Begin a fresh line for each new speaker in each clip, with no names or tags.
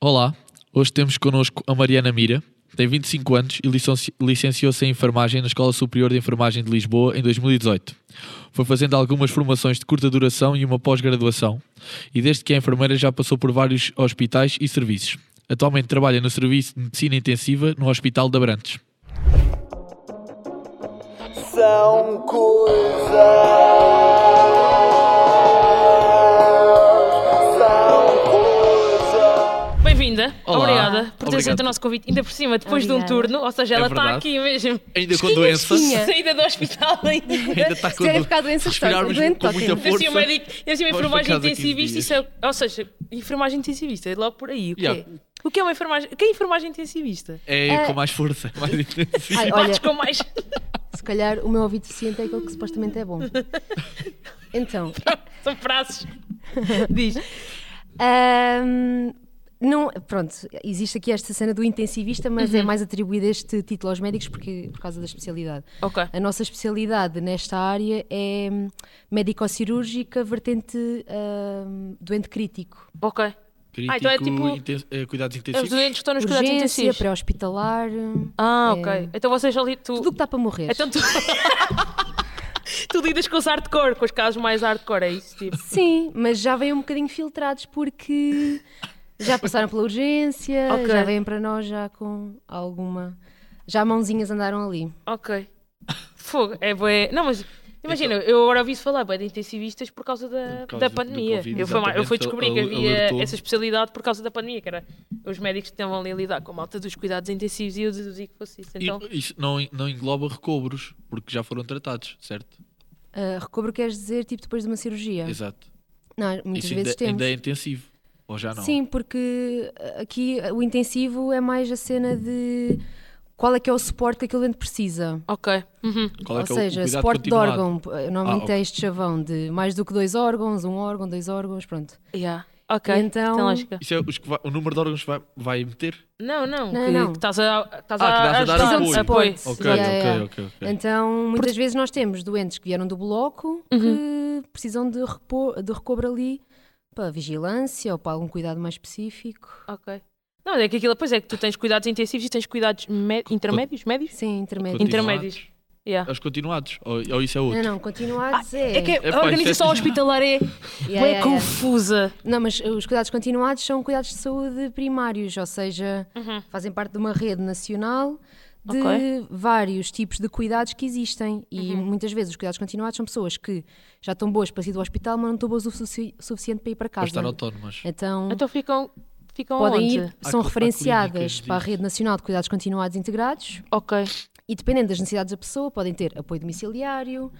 Olá, hoje temos connosco a Mariana Mira, tem 25 anos e licenci- licenciou-se em Enfermagem na Escola Superior de Enfermagem de Lisboa em 2018. Foi fazendo algumas formações de curta duração e uma pós-graduação, e desde que é enfermeira já passou por vários hospitais e serviços. Atualmente trabalha no Serviço de Medicina Intensiva no Hospital de Abrantes.
são coisas. São coisas.
Bem-vinda,
Olá.
obrigada por ter aceito
Obrigado. É
o nosso convite, ainda por cima, depois de um
Obrigada. é.
turno, ou seja, ela está
verdade.
aqui mesmo.
Ainda com
Fresquinha,
doença,
fresquinha.
Saída do hospital ainda.
ainda está com
é
Se tiver
do-
ficado doença,
respirarmos
estou doente,
com muita
toquem-me.
Eu sou
força.
Assim médico, eu
Vamos
sou uma enfermagem
para casa 15
intensivista, isso é, ou seja, enfermagem intensivista, é logo por aí. O quê?
Yeah.
O que é uma enfermagem? O que é enfermagem intensivista?
É,
É.
com mais força, mais intensidade.
Ai, olha,
Bates com mais.
se calhar o meu ouvido deficiente é aquele que supostamente é bom. Então,
São frases. Diz.
ahm, não, pronto, existe aqui esta cena do intensivista, mas
Uhum.
é mais atribuído este título aos médicos porque, por causa da especialidade.
Ok.
A nossa especialidade nesta área é hum, médico-cirúrgica, vertente hum, doente crítico.
Ok. Ah, então é tipo-
Inten- eh, cuidados
Os
intensivos.
doentes estão nos cuidados
Urgência,
intensivos.
pré-hospitalar, hum,
Ah,
É.
ok. Então vocês ali. Tu...
tudo o que dá para morrer.
Então tu. tu lidas com os hardcore, com os casos mais hardcore, é isso? Tipo.
Sim, mas já vêm um bocadinho filtrados porque já passaram pela urgência,
Ok.
já vêm para nós já com alguma. Já mãozinhas andaram ali.
Ok. Fogo, é bué. Não, mas imagina, eu agora ouvi-se falar bué de intensivistas por causa da,
Então- Por causa
da
do
pandemia.
Covid,
eu, fui, ma- eu fui
exatamente,
descobrir que
al-
havia
alertou.
essa especialidade por causa da pandemia, que era os médicos que estavam ali a lidar com a malta dos cuidados intensivos e eu deduzi que fosse isso. Então,
E isso não, não engloba recobros, porque já foram tratados, certo?
Ah, recobro queres dizer tipo depois de uma cirurgia?
Exato.
Não, muitas
Isso ainda,
vezes temos.
ainda é intensivo. Ou já não?
Sim, porque ah, aqui o intensivo é mais a cena de qual é que é o suporte que aquele doente precisa.
ok. Uhum.
Qual é
Ou
que é o- o
seja,
cuidado
suporte de
continuado?
órgão, normalmente
Ah, ok.
é este chavão de mais do que dois órgãos, um órgão, dois órgãos, pronto.
Yeah. Ok,
E então-
tem lógica.
Isso é os que vai- o número de órgãos que vai, vai meter?
Não, não,
Não,
que,
não.
que estás a,
Ah,
estás
que dás a dar
ajudar.
apoio.
apoio.
Precisam de
Ok,
Sim. Yeah,
ok,
yeah.
ok. ok.
Então, muitas vezes nós temos doentes que vieram do bloco
Uhum.
que precisam de, repo- de recobro ali para vigilância ou para algum cuidado mais específico.
Ok. Não, é que aquilo, pois é que tu tens cuidados intensivos e tens cuidados me- intermédios, médios?
Sim, intermédio.
Continuados?
Intermédios. Yeah.
É Os continuados? Ou, ou isso é outro?
Não, não, continuados é.
É que
Epá,
a
isso é-
organização hospitalar é,
Yeah,
bué
yeah, yeah.
confusa.
Não, mas os cuidados continuados são cuidados de saúde primários, ou seja, fazem parte de uma rede nacional de
Uhum. Ok. Uhum.
vários tipos de cuidados que existem. E muitas vezes os cuidados continuados são pessoas que já estão boas para sair do hospital, mas não estão boas o sufici- suficiente para ir para
Para
casa.
estar autónomas.
Então,
Então ficam, ficam
podem
onde?
ir,
Há
são
cl- há
referenciadas
clínicas
para a
disso.
Rede Nacional de Cuidados Continuados Integrados
Ok.
e, dependendo das necessidades da pessoa, podem ter apoio domiciliário,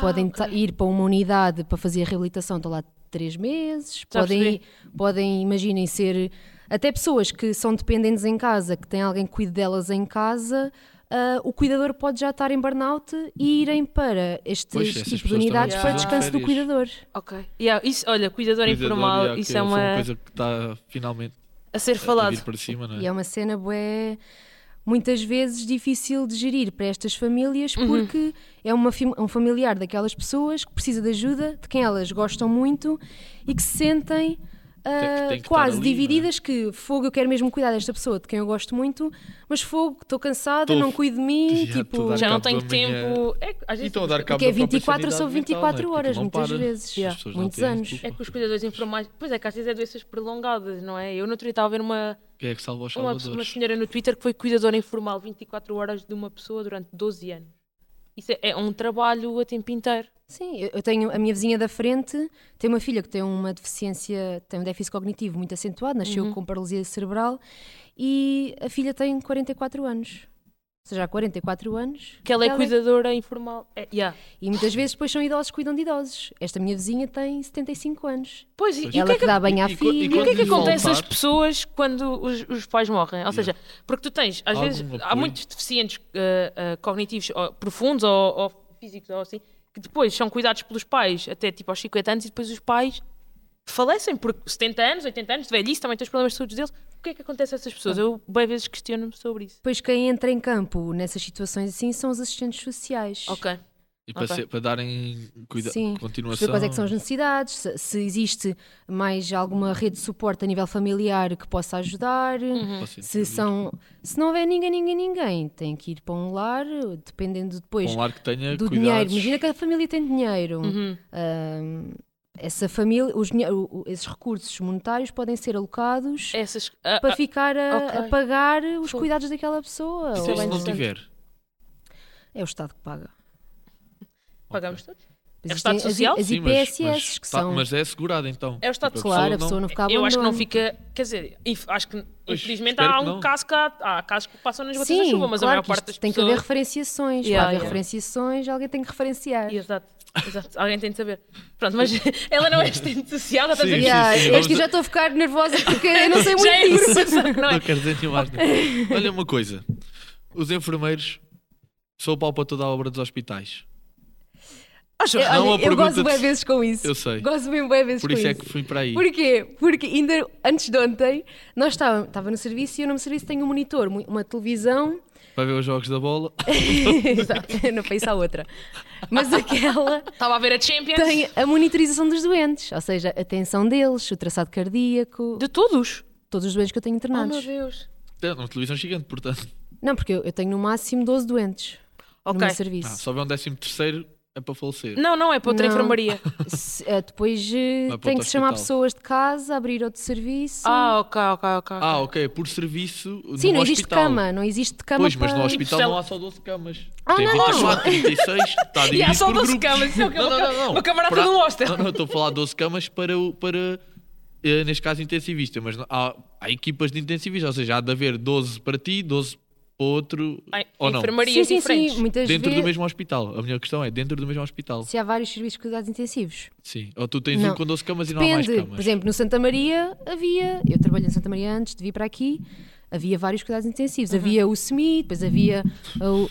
podem ta- ir para uma unidade para fazer a reabilitação, estão lá três meses,
Já
podem,
percebi.
podem, imaginem, ser até pessoas que são dependentes em casa, que têm alguém que cuide delas em casa. ah, o cuidador pode já estar em burnout e irem para este
Pois, essas
tipo de
pessoas
unidades
também
precisam
para
de
descanso do
férias.
cuidador.
Ok. Yeah, isso, olha, cuidador,
Cuidador,
informal,
yeah, que
isso é
Foi
uma
uma coisa que está finalmente
a ser
a
falado.
vir para cima, não é?
E é uma cena bué, muitas vezes difícil de gerir para estas famílias
Uhum.
porque é uma fam- um familiar daquelas pessoas que precisa de ajuda, de quem elas gostam muito e que se sentem ah,
tem que estar ali,
quase
não é?
divididas que fogo, eu quero mesmo cuidar desta pessoa de quem eu gosto muito, mas fogo, estou cansada,
Tô-
não cuido de mim,
Já,
tipo,
tô a dar
Já não
Cabo
tenho
da
tempo. É, que às
E estão
vezes,
Então, a dar cabo
Porque é
da própria
24
sanidade
são
mental,
24
não é? Porque
horas,
não
muitas
para.
vezes.
As
Yeah.
pessoas não
Muitos
têm
anos.
desculpa.
é que os cuidadores informais. Pois é, que às vezes é doenças prolongadas, não é? Eu no outro dia estava a ver uma,
Quem é que salva os
uma, uma
salvadores?
senhora no Twitter que foi cuidadora informal 24 horas de uma pessoa durante 12 anos. Isso é, é um trabalho a tempo inteiro.
Sim, eu eu tenho a minha vizinha da frente, tem uma filha que tem uma deficiência, tem um déficit cognitivo muito acentuado, nasceu
Uhum.
com paralisia cerebral e a filha tem 44 anos. Ou seja, há 44 anos.
Que ela é cuidadora informal. É, yeah.
E muitas vezes depois são idosos que cuidam de idosos. Esta minha vizinha tem 75 anos.
Pois, e, e o
ela
que
que,
é que
dá banho à
e- e
filha.
quando-
O que é que
de voltar.
acontece às pessoas quando os, os pais morrem? Ou seja, porque tu tens, às
Algum
vezes, há
apoio?
muitos deficientes ah, ah, cognitivos ou profundos ou, ou físicos ou assim, que depois são cuidados pelos pais até tipo aos 50 anos e depois os pais falecem porque 70 anos, 80 anos, de velhice, também tens problemas de saúde deles. O que é que acontece a essas pessoas? Eu bem vezes questiono-me sobre isso.
Depois quem entra em campo nessas situações assim são os assistentes sociais.
Ok.
E E para,
Ok.
ser- para darem cuida-
Sim.
continuação.
Perceber quais é que são as necessidades, se, se existe mais alguma rede de suporte a nível familiar que possa ajudar.
Uhum.
Posso ir
Se,
por
são, se não houver ninguém, ninguém, ninguém, tem que ir para um lar, dependendo
aí.
depois
Com um lar que tenha
do dinheiro.
cuidados.
Imagina que a família tem dinheiro.
Uhum.
Ahm, essa família, os, dinhe- o- o- esses recursos monetários podem ser alocados
Essas. ah,
para
ah,
ficar a,
ok.
a pagar os
Fogo.
cuidados daquela pessoa.
E
ou
se
bem
ele não
dos outros.
tiver.
É o Estado que paga.
ah, pagamos todos.
Existem
Estado
as I-
Social?
As,
Sim,
IPSS,
mas,
que
tá-
são.
mas é assegurado então.
É o Estado
Tipo,
Claro, a pessoa não fica
Eu acho que não
abandono.
fica. Quer dizer, inf- acho que infelizmente
espero
há
que
um
não.
caso que há, há casos que passam nas botas da
Sim,
chuva, mas
claro
a maior
que
parte
isto
das
tem
pessoas.
que haver referenciações.
Yeah,
para haver
yeah.
referenciações, alguém tem que referenciar.
Exato, exato. Alguém tem de saber. Pronto, mas ela não é assistente social, ela está a dizer
Sim,
que
Yeah,
sim,
este
vamos-
eu já estou a ficar nervosa porque eu não sei muito
já é isso.
disso.
Não é?
Não quero desanimar ninguém. Olha uma coisa. Os enfermeiros são o pau para toda a obra dos hospitais.
Eu,
não
Ah, olha,
uma
eu
pergunta
gozo bem
de-
vezes com isso.
Eu sei.
Gozo bem bem vezes
Por
com
isso
isso.
é que fui para aí.
Porquê? Porque ainda antes de ontem, nós estávamos, estava no serviço e eu no meu serviço tenho um monitor, mu- uma televisão,
Para ver os jogos da bola.
Exato, não foi isso a outra. Mas aquela
Estava a ver a Champions.
tem a monitorização dos doentes, ou seja, a tensão deles, o traçado cardíaco,
De todos.
todos os doentes que eu tenho
Oh meu
internados.
Deus.
É uma televisão gigante, portanto.
não, porque eu, eu tenho no máximo 12 doentes no
Ok.
meu serviço.
Ah, só ver um décimo terceiro é para falecer.
Não, não, é para outra
Não.
enfermaria.
Se- eh, depois eh,
Vai para
tenho
outro
que chamar
hospital.
pessoas de casa, abrir outro serviço.
Ah, ok, ok, ok.
Ah, ok. Por serviço
Sim,
no
não
hospital.
existe cama, não existe cama
Pois, mas
para...
no hospital
Tipo,
não há só 12 camas.
Ah,
Tem
não, não.
24, 36, está dividido
E há só
por
12
grupos.
camas, isso é o que é
Não,
uma
não,
ca-
não, não.
uma camarada
Para-
de um hostel.
Não, não, estou a falar de 12 camas para, o- para eh, neste caso, intensivista. Mas não- há, há equipas de intensivistas, ou seja, há de haver 12 para ti, 12 para outro,
Ai,
ou não.
Sim,
enfermarias
sim,
diferentes.
sim, muitas
Dentro
vezes...
do mesmo hospital. A minha questão é, dentro do mesmo hospital.
Se há vários serviços de cuidados intensivos.
Sim. Ou tu tens um
Não.
com 12 camas e não há mais
Depende.
camas.
Por exemplo, no Santa Maria havia, eu trabalho em Santa Maria antes de vir para aqui, havia vários cuidados intensivos.
Uhum.
Havia o SMI, depois havia o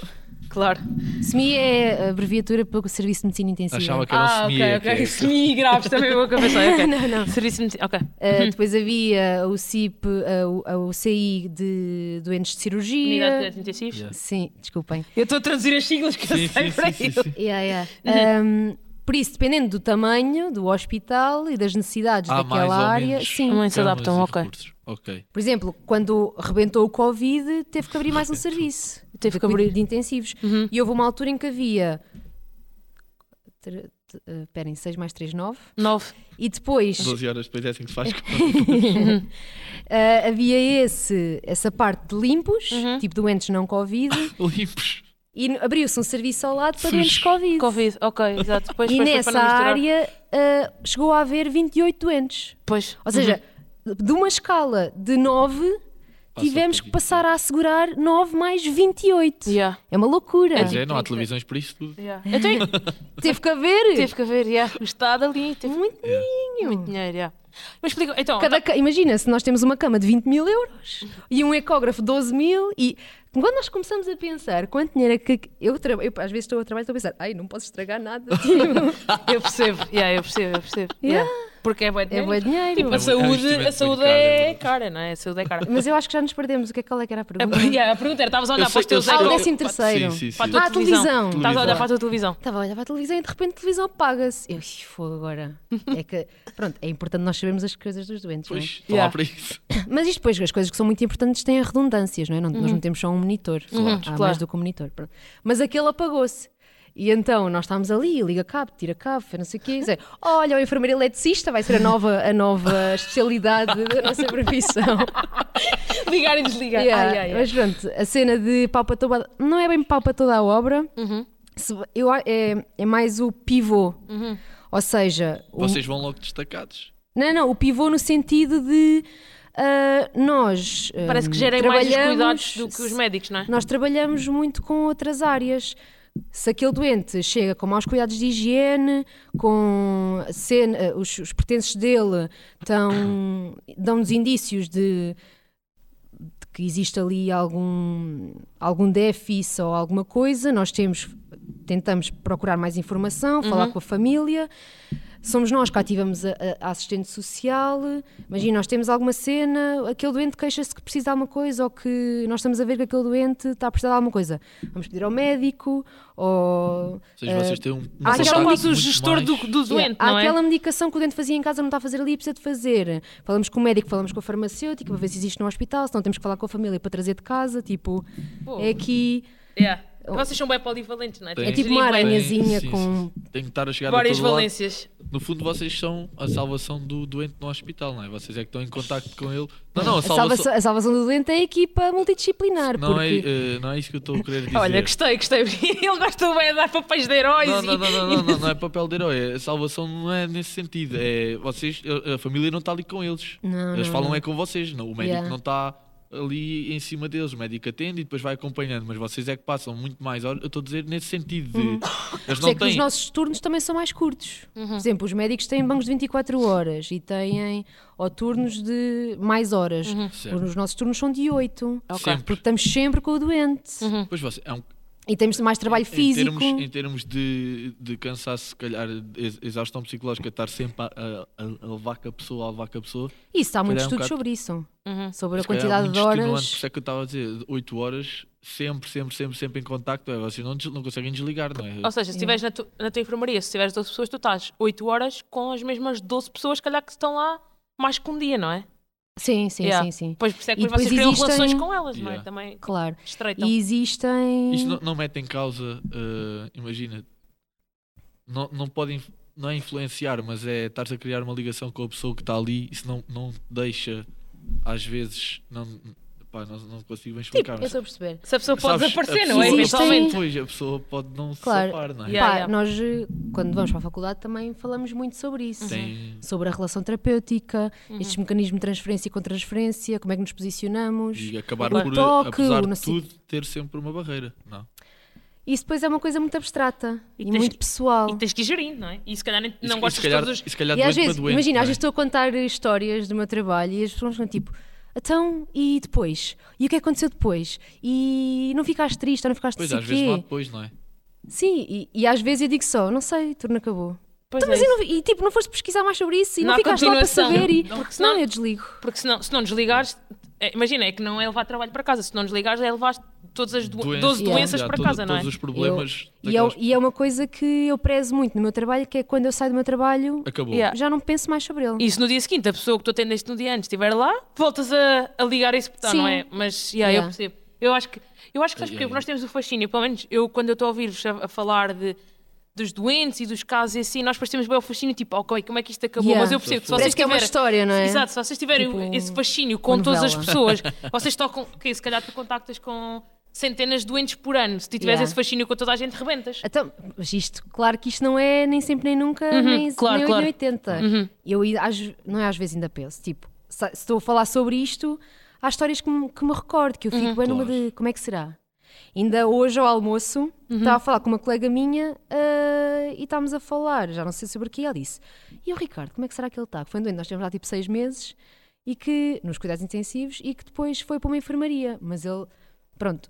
Claro.
SMI é a abreviatura para o Serviço de Medicina Intensiva.
Achava que era um
Ah,
SMI.
ok,
é que é
ok.
isso.
Semi graves também vou pensar. ok.
Não, não.
Serviço de medicina. Ok.
Ah, depois havia o CIP, ah, o- a, o CI de doentes de
Unidade de
cirurgia.
cuidados intensivos.
Yeah.
Sim, desculpem.
Eu estou a traduzir as siglas que
Sim,
eu sei
sim,
para
sim,
isso.
sim, sim.
Yeah, yeah. Ah, por isso, dependendo do tamanho do hospital e das necessidades
Há Ah, mais
daquela
ou
área,
menos.
sim.
Também se
Camas
adaptam,
e
ok.
recursos. Ok.
Por exemplo, quando rebentou o Covid, teve que abrir mais um serviço.
Teve
de
que abrir. Uhum.
cuida- De intensivos. E houve uma altura em que havia. tre- te- eh, Esperem, 6 mais 3, 9.
Nove.
E depois
12 horas depois é assim que se faz.
eh, havia esse, essa parte de limpos,
Uhum.
tipo doentes não Covid,
Limpos.
e n- abriu-se um serviço ao lado para
Sus.
doentes Covid.
Covid. Ok, exato. Depois
E
foi
nessa
para não misturar.
área eh, chegou a haver 28 doentes.
Pois.
Ou seja,
Uhum.
de uma escala de 9, tivemos
para
que passar a assegurar 9 mais 28.
Yeah.
É uma loucura.
Pois é, não há televisões para isso tudo.
Yeah. Eu tenho.
Teve que haver.
Teve que haver, yeah. o Estado ali, teve muito
Muito dinheirinho.
dinheiro. Yeah. Mas explica, então,
Cada ca- Imagina, se nós temos uma cama de 20 mil euros e um ecógrafo 12 mil e... Quando nós começamos a pensar quanto dinheiro é que... Eu, tra... eu às vezes estou a trabalho e estou a pensar, ai, não posso estragar nada. tipo,
então, eu percebo, yeah, eu percebo, eu percebo.
Yeah.
yeah. Porque é bué
é
dinheiro.
bué dinheiro.
Tipo, a
um- é um
saúde,
investimento
a
muito
saúde
caro, é
é
verdade.
cara, não é? A saúde é cara.
Mas eu acho que já nos perdemos. O que é qual é que era a pergunta?
Yeah, a pergunta era, estavas a olhar para os teus
sei- Ah, o
ecos-
décimo terceiro.
Sim, sim, sim.
para a tua
Ah, televisão.
Estavas a olhar para a tua televisão.
Estava a olhar para a televisão e de repente a televisão apaga-se. Eu, "Ih, fogo agora. É que, pronto, é importante nós sabermos as coisas dos doentes, não é?
Pois, estou lá
Yeah.
para isso.
Mas isto depois, as coisas que são muito importantes têm redundâncias, não é? Não, Nós não temos só um monitor. Há
Uhum. claro.
mais do que um monitor. pronto. Mas aquele apagou-se. E então nós estávamos ali, liga cabo, tira cabo, não sei o quê. e Dizer, Olha, o enfermeiro eletricista vai ser a nova, a nova especialidade da nossa profissão.
Ligar e desligar.
Yeah,
Ah, yeah, yeah.
Mas pronto, a cena de palpa toda. Não é bem palpa toda a obra.
Uhum.
Se- eu, a- é, é mais o pivô.
Uhum.
Ou seja, o-
Vocês vão logo destacados.
não, não, o pivô no sentido de ah, nós. ah,
Parece que gerem mais os
trabalhamos-
cuidados do que os médicos, não é?
Nós trabalhamos muito com outras áreas. Se aquele doente chega com maus cuidados de higiene, com cena- ah, os, os pertences dele estão- dão-nos indícios de, de que existe ali algum, algum déficit ou alguma coisa, nós temos, tentamos procurar mais informação, falar com a família. somos nós que ativamos a, a- a assistente social. Imagina, nós temos alguma cena, aquele doente queixa-se que precisa de alguma coisa ou que nós estamos a ver que aquele doente está a precisar de alguma coisa. Vamos pedir ao médico ou.
Vocês, vocês têm um. um
É.
há
Ah, Vocês
aquela-
contacto
são quase o
muito
gestor
mais-
do, do doente,
há
não é?
aquela medicação que o doente fazia em casa, não está a fazer ali, precisa de fazer. Falamos com o médico, falamos com a farmacêutica para ver se existe no hospital, se não temos que falar com a família para trazer de casa. Tipo,
Pô.
é aqui.
Yeah. Vocês são bem polivalentes, não é?
Tem-
Têm
É
que
Oh. tipo
gerir
uma
bem
aranhazinha
Sim, sim,
com.
sim. Tem que estar a chegar a
Várias
todo lado.
valências.
No fundo, vocês são a salvação do doente no hospital, não é? Vocês é que estão em contacto com ele. Não, não, a
A salvação,
salvação.
a salvação do doente é a equipa multidisciplinar.
Não é,
porque...
eh, não é isso que eu estou a querer dizer.
Olha, gostei, gostei. Ele gosta bem de dar papéis de heróis
Não,
e-
não, não, não,
e
não, não, não é papel de herói. A salvação não é nesse sentido. É vocês, a, a família não está ali com eles.
Não,
eles
não,
falam
não.
é com vocês. Não, o médico
Yeah.
não está ali em cima deles. O médico atende e depois vai acompanhando. Mas vocês é que passam muito mais horas. Eu estou a dizer nesse sentido de. Eles
Por isso
não
é que os
têm.
nossos turnos também são mais curtos.
Uhum.
Por exemplo, os médicos têm bancos de 24 horas e têm ou turnos de mais horas.
Uhum.
Certo.
Os nossos turnos são de 8.
Sempre.
Porque estamos sempre com o doente.
Uhum.
Pois você, é um,
E temos mais trabalho
em
físico.
termos, em termos de, de cansaço, se calhar, ex- exaustão psicológica, estar sempre a, a, a levar com a pessoa, a levar com a pessoa.
Isso, há muitos
calhar é um bocado-
estudos sobre isso.
Uhum.
Sobre a
Se calhar
quantidade
muito
de
estimuante, Por
horas.
isso é que eu estava a dizer, 8 horas, sempre, sempre, sempre, sempre em contacto. É, vocês não, des- não conseguem desligar, não é?
Ou seja, se estiveres na, tu- na tua enfermaria, se tiveres 12 pessoas, tu estás 8 horas com as mesmas 12 pessoas, se calhar que estão lá mais que um dia, não é?
Sim, sim,
Yeah.
sim, sim.
Pois por isso é que
E
vocês
depois
criam
existem-
relações com elas, não é?
Yeah.
Também
Claro.
estreitam.
E existem.
Isto não, não mete em causa, eh, imagina, não, não pode, inf- não é influenciar, mas é estar a criar uma ligação com a pessoa que está ali, isso não, não deixa, às vezes, não, pá, não, não consigo bem explicar.
Tipo, Eu
mas-
estou a perceber.
Se a pessoa pode
Sabes,
desaparecer,
a
não é?
pessoa-
Existem-
Eventualmente.
Pois, a pessoa pode não se
Claro.
safar, não é?
Yeah,
Pá,
yeah.
Nós, eh, quando vamos para a faculdade, também falamos muito sobre isso.
Tem-
Sobre a relação terapêutica,
Uhum.
estes mecanismos de transferência e contransferência, como é que nos posicionamos.
E acabar
o
por, eh,
toque,
apesar
o não
de
sei-
tudo, ter sempre uma barreira. Não.
Isso depois é uma coisa muito abstrata
E
e,
tens
muito
que-
pessoal.
E tens que ir gerindo, não é? E se calhar nem-
E se-
não
e
gostas
se calhar,
de todos os.
e se calhar
E
doente
às vezes,
para doente,
imagina,
não
às
é?
vezes estou a contar histórias do meu trabalho e as pessoas ficam tipo, então, e depois? E o que aconteceu depois? E não ficaste triste, ou não ficaste
Pois,
sei
às vezes não há
quê?
depois, não é?
Sim, e, e às vezes eu digo só, não sei, turno acabou.
Pois
Então, mas
é
eu não, vi- e tipo, não foste pesquisar mais sobre isso e
Não
não,
há
ficaste lá para
continuação.
saber e
Não, porque
não,
senão-
eu desligo.
Porque senão, se não desligares, é, imagina, é que não é levar trabalho para casa. Se não desligares, é levar todas as do, 12
Yeah.
doenças
Já,
para
todo-
casa, não é?
Todos os problemas.
Eu- e, é,
daquelas-
e é uma coisa que eu prezo muito no meu trabalho, que é quando eu saio do meu trabalho,
Acabou.
Yeah.
já não penso mais sobre ele.
E se no dia seguinte a pessoa que tu atendeste no dia antes estiver lá, voltas a, a ligar esse botão,
Sim.
não é? Mas yeah, eu
Yeah.
percebo. Eu acho que, eu acho que sabes
Ai,
porquê?
ai,
Porque nós temos o fascínio, pelo menos eu quando eu estou a ouvir-vos a, a falar de, dos doentes e dos casos e assim, nós depois temos bem o fascínio, tipo, ok, como é que isto acabou?
Yeah.
Mas eu percebo, se
Parece
vocês
que é uma
tiverem-
história, não é?
Exato, se vocês tiverem
Tipo,
esse fascínio com
uma
todas as
novela.
pessoas, vocês tocam, ok, se calhar tu contactas com centenas de doentes por ano, se tu tiveres
Yeah.
esse fascínio com toda a gente, rebentas.
Então, mas isto, claro que isto não é nem sempre nem nunca, nem,
Uhum, claro,
nem
claro. Uhum.
80. Eu ai- às- não é às vezes ainda penso, tipo, se se estou a falar sobre isto, há histórias que me, que me recordo, que eu fico
Uhum.
bem numa
Claro.
de como é que será. Ainda hoje ao almoço,
Uhum.
estava a falar com uma colega minha ah, e estávamos a falar, já não sei sobre o que, e ela disse: E o Ricardo, como é que será que ele está? Que foi um doente, nós tivemos lá tipo seis meses e que, nos cuidados intensivos, e que depois foi para uma enfermaria, mas ele, pronto,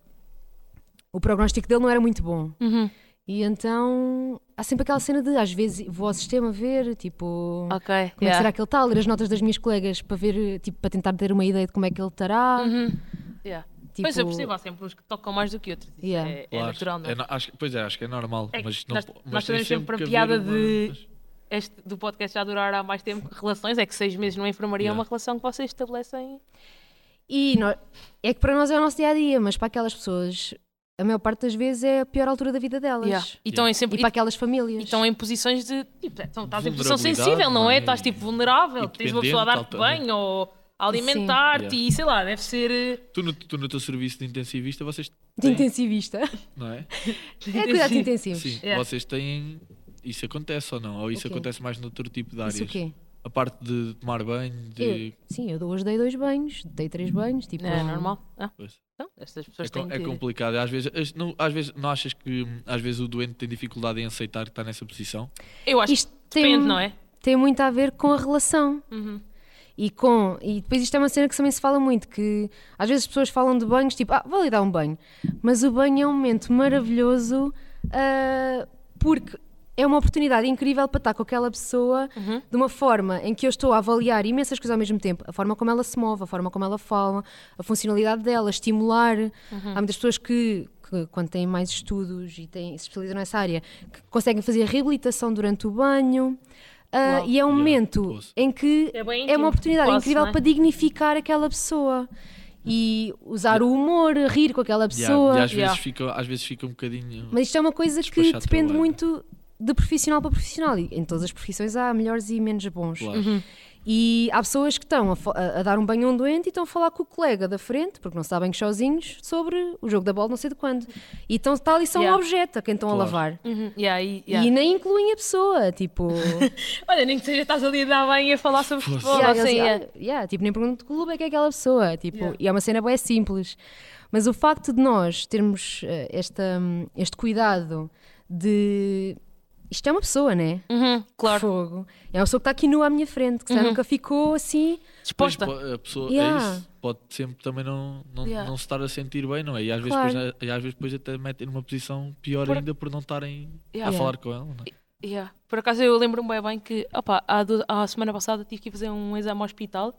o prognóstico dele não era muito bom.
Uhum.
E então há sempre aquela cena de às vezes vou ao sistema ver, tipo,
Ok,
como é que
yeah.
será que ele está, ler as notas das minhas colegas para ver, tipo, para tentar ter uma ideia de como é que ele estará.
Uhum. Yeah.
Tipo-
Pois eu percebo, há sempre uns que tocam mais do que outros. Isso
Yeah.
é, é
Claro.
natural, não é?
É na- acho que- Pois é, acho que é normal.
É que
mas não,
nós-
po-
nós
mas tem
fazemos sempre
que
a piada
haver
de-
mas-
este do podcast já durar há mais tempo que relações, é que seis meses numa enfermaria
Yeah.
é uma relação que vocês estabelecem.
E nó- é que para nós é o nosso dia a dia, mas para aquelas pessoas, a maior parte das vezes é a pior altura da vida delas.
E estão em
E
sempre.
para
E
aquelas famílias.
estão em posições de. Tipo, então, estás em posição
Vulnerabilidade,
sensível, não é?
não é?
Estás tipo vulnerável,
E
tens uma pessoa a
dependente,
dar-te
altamente.
bem ou a alimentar-te
Sim.
e sei lá, deve ser. eh,
Tu no, tu no teu serviço de intensivista, vocês.
De
Têm,
intensivista.
não é?
É cuidados intensivos.
Sim,
Yeah.
vocês têm. Isso acontece ou não? Ou isso
O quê?
acontece mais noutro tipo de áreas?
Isso o quê?
A parte de tomar banho, de.
Eu- sim, eu hoje dei dois banhos, dei três banhos, tipo.
Não é normal. Ah,
Pois.
então, estas
É,
pessoas
com-
têm
é
que-
complicado. Às vezes, as- não, às vezes não achas que hum, às vezes o doente tem dificuldade em aceitar que está nessa posição?
Eu acho
Isto
que
tem-
depende, não é?
tem muito a ver com a relação. E, com, e depois isto é uma cena que também se fala muito, que às vezes as pessoas falam de banhos, tipo, ah, vou lhe dar um banho. Mas o banho é um momento maravilhoso ah, porque é uma oportunidade incrível para estar com aquela pessoa de uma forma em que eu estou a avaliar imensas coisas ao mesmo tempo. A forma como ela se move, a forma como ela fala, a funcionalidade dela, estimular. Há muitas pessoas que, que quando têm mais estudos e têm, se especializam nessa área, que conseguem fazer reabilitação durante o banho. Ah,
Uau.
e é um momento
posso.
em que
É
é,
bem íntimo,
uma oportunidade
quase,
incrível
não é?
para dignificar aquela pessoa e usar o humor, rir com aquela
Yeah,
pessoa.
e às,
Yeah.
vezes fica, às vezes fica um bocadinho.
Mas isto é uma coisa que
Despachar
depende
trabalho.
muito de profissional para profissional. E em todas as profissões há melhores e menos bons.
Claro.
E há pessoas que estão a, fa- a- a dar um banho a um doente e estão a falar com o colega da frente, porque não sabem que sozinhos, sobre o jogo da bola, não sei de quando. E estão tal e são
Yeah.
um objeto a quem estão
Claro.
a lavar.
Uhum, yeah, e- yeah.
E nem incluem a pessoa, tipo.
Olha, nem que seja estás ali a dar bem e a falar sobre futebol.
Yeah,
assim,
eles-
yeah.
ah, yeah, tipo, nem pergunto que clube é que é aquela pessoa. Tipo,
Yeah.
E é uma cena bem simples. Mas o facto de nós termos eh, esta, hum, este cuidado de. Isto é uma pessoa, né?
Uhum, claro. Uhum.
Fogo. É uma pessoa que está aqui nua à minha frente, que se calhar nunca ficou assim.
Pois,
Disposta.
po- a pessoa é
Yeah.
isso. Pode sempre também não, não,
Yeah.
não se estar a sentir bem, não é? E às, vezes,
Claro.
depois, e às vezes depois até metem numa posição pior
Por-
ainda por não estarem
Yeah.
a falar com ela. Não é?
Yeah. Por acaso eu lembro-me bem bem que opa, há duas- há a semana passada tive que ir fazer um exame ao hospital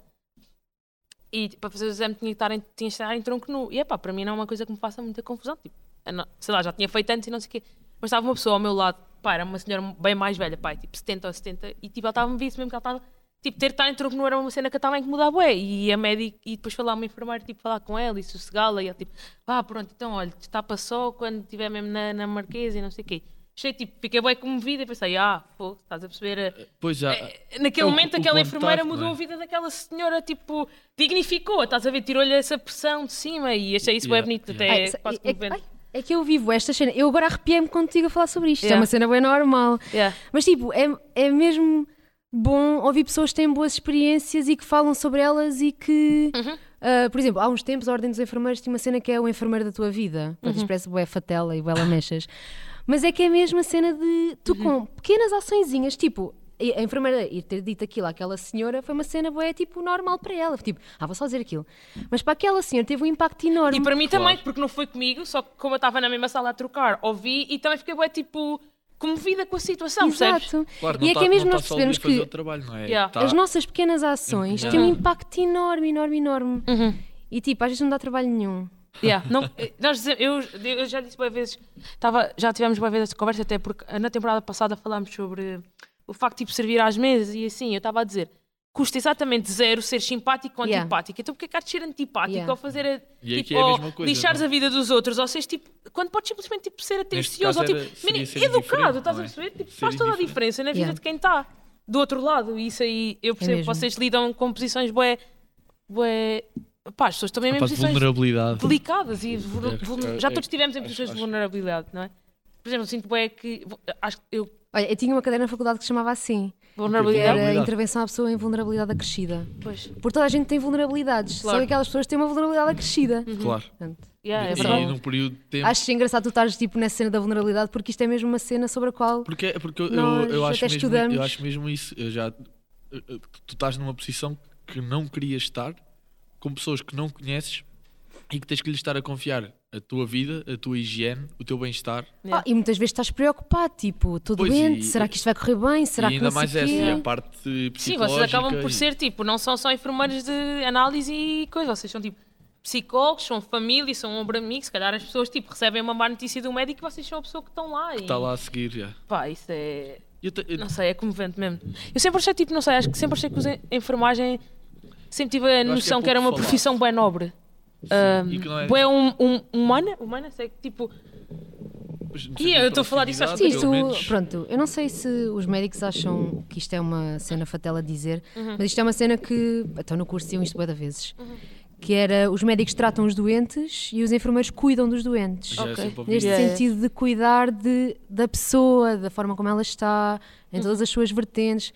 e para fazer o exame tinha que estar em, tinha que estar em tronco nu. E epá, para mim não é uma coisa que me faça muita confusão. Tipo, eu não- sei lá, já tinha feito antes e não sei o quê. Mas estava uma pessoa ao meu lado, pá, era uma senhora bem mais velha, pá, tipo 70 ou 70, e tipo, ela estava-me visto mesmo que ela estava. Tipo, ter de estar em tronco nu era uma cena que eu estava a incomodar, bué. E a médica, e depois foi lá uma enfermeira, tipo, falar com ela e sossegá-la. E ela, tipo, ah, pronto, então, olha, tapa só quando estiver mesmo na, na Marquesa e não sei o quê. Achei, tipo, fiquei bué comovida e pensei, ah, pô, estás a perceber... eh,
Pois já.
Naquele
É o-
momento,
o
aquela
contacto,
enfermeira
não
mudou
é?
a vida daquela senhora, tipo, dignificou, estás a ver, tirou-lhe essa pressão de cima e achei isso bué
Yeah,
bonito,
yeah.
até
Ai,
quase
é,
comovente.
ai, é que eu vivo esta cena. Eu agora arrepiei-me contigo a falar sobre isto. Isto É
Yeah.
uma cena bem normal.
Yeah.
Mas tipo, é, é mesmo bom ouvir pessoas que têm boas experiências e que falam sobre elas e que.
Uhum.
ah, por exemplo, há uns tempos a Ordem dos Enfermeiros tinha uma cena que é o enfermeiro da tua vida. Portanto,
Uhum.
isto parece bué fatela e bué mexas. Mas é que é mesmo a cena de tu
Uhum.
com pequenas açõezinhas, tipo. e A enfermeira ir ter dito aquilo àquela senhora foi uma cena boa, tipo, normal para ela. Tipo, ah, vou só dizer aquilo. Mas para aquela senhora teve um impacto enorme.
E para mim também, porque não foi comigo, só que como eu estava na mesma sala a trocar, ouvi e também fiquei, bué, tipo, comovida com a situação, percebes?
Exato.
Claro, não
e é
tá-
que é mesmo
não
nós
tá só ali a
percebemos
fazer Uhum.
que
o trabalho, não é?
Yeah.
Tá-
as nossas pequenas ações têm um impacto enorme, enorme, enorme.
Uhum.
E tipo, às vezes não dá trabalho nenhum.
Yeah, não, eh, nós dizemos- eu, eu já disse várias vezes, tava, já tivemos várias vezes esta conversa, até porque eh, na temporada passada falámos sobre o facto de tipo, servir às mesas e assim, eu estava a dizer, custa exatamente zero ser simpático ou
Yeah.
antipático, então porque é que há de ser antipático
Yeah.
ou fazer a,
E aqui
tipo,
é a
ou
mesma coisa,
lixares
não?
a vida dos outros, ou seres tipo, quando podes simplesmente tipo, ser atencioso ou
caso
tipo,
era- seria
mini-
ser indiferente,
educado, estás a
não é?
perceber? Tipo,
Ser
faz toda a
indiferente.
diferença na vida
Yeah. É
de quem está do outro lado, e isso aí eu percebo, que
mesmo.
vocês lidam com posições bué, bué, pá, as pessoas também mesmo
Ah, Pá, de
posições
vulnerabilidade.
delicadas e vulner-
É,
vulner-
é,
já
é,
todos tivemos em
acho-
posições de
acho-
vulnerabilidade, não é? Por exemplo, sinto bem que vo- acho que eu
Olha, eu tinha uma cadeira na faculdade que se chamava assim. que
vulnerabilidade
Era
Vulnerabilidade.
intervenção à pessoa em vulnerabilidade acrescida.
depois.
Porque toda a gente tem vulnerabilidades,
Claro. Uhum.
só aquelas pessoas que têm uma vulnerabilidade acrescida.
Claro.
Portanto,
Yeah, é
e
verdade.
num período de tempo.
acho engraçado tu estares tipo nessa cena da vulnerabilidade, porque isto é mesmo uma cena sobre a qual.
Porque, é- porque eu, eu,
Nós
eu acho
até
mesmo,
estudamos.
eu acho mesmo isso. Eu já, eu- eu- tu estás numa posição que não querias estar, com pessoas que não conheces e que tens que lhes estar a confiar a tua vida, a tua higiene, o teu bem-estar.
Ah, e muitas vezes estás preocupado, tipo, estou
Pois,
doente,
e-
será que isto vai correr bem? Será
e
que é?
ainda
não sei
mais
quê?
essa, e a parte psicológica.
Sim, vocês acabam por
e-
ser tipo, não são só enfermeiros de análise e coisa, vocês são tipo psicólogos, são família, são um ombro amigo, se calhar as pessoas tipo recebem uma má notícia do médico e vocês são a pessoa que estão lá. e-
Está tá lá a seguir, já.
Pá, isso é
Eu te- eu-
Não sei, é comovente mesmo. Eu sempre achei, tipo, não sei, acho que sempre achei que os en- enfermagem sempre tive a
é
noção que,
pouco
era uma
falado.
profissão bem nobre.
e que não é-
Bué um, um, humana, humana, sei que tipo.
pois, não
E
sei,
eu estou a falar disso às
proximidade,
Sim,
pelo
isto,
menos.
pronto, eu não sei se os médicos acham que isto é uma cena fatela de dizer,
Uhum.
mas isto é uma cena que, então no curso diziam isto bué de vezes, que era, os médicos tratam os doentes e os enfermeiros cuidam dos doentes.
Já
Ok.
sempre ouvi
Neste
isso.
Yeah,
sentido de cuidar de, da pessoa, da forma como ela está, em todas as suas vertentes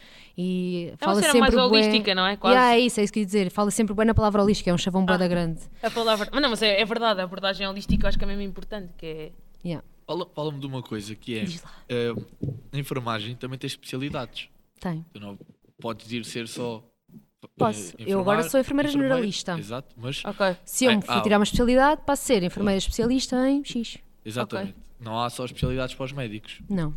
Uhum. É
e
uma
fala
cena
sempre
mais
bué-
holística, não é? Quase. Ah.
Yeah, é isso, é isso que eu ia dizer, fala sempre bem na palavra holística, é um chavão bué da grande.
A palavra. Mas não, mas é, é verdade, a abordagem holística eu acho que é mesmo importante, que é.
Yeah.
Fala- Fala-me de uma coisa que é.
Diz lá.
eh, na enfermagem também tens especialidades.
Tem.
Tu não podes ir ser só. eh,
Posso. Eu agora
enfermar-
sou enfermeira
enfermeiro,
generalista.
Exato, mas.
Ok.
Se eu
Ai,
me for
ah,
tirar uma especialidade, passo a ser enfermeira especialista em X.
Exatamente. Não há só especialidades para os médicos.
Não.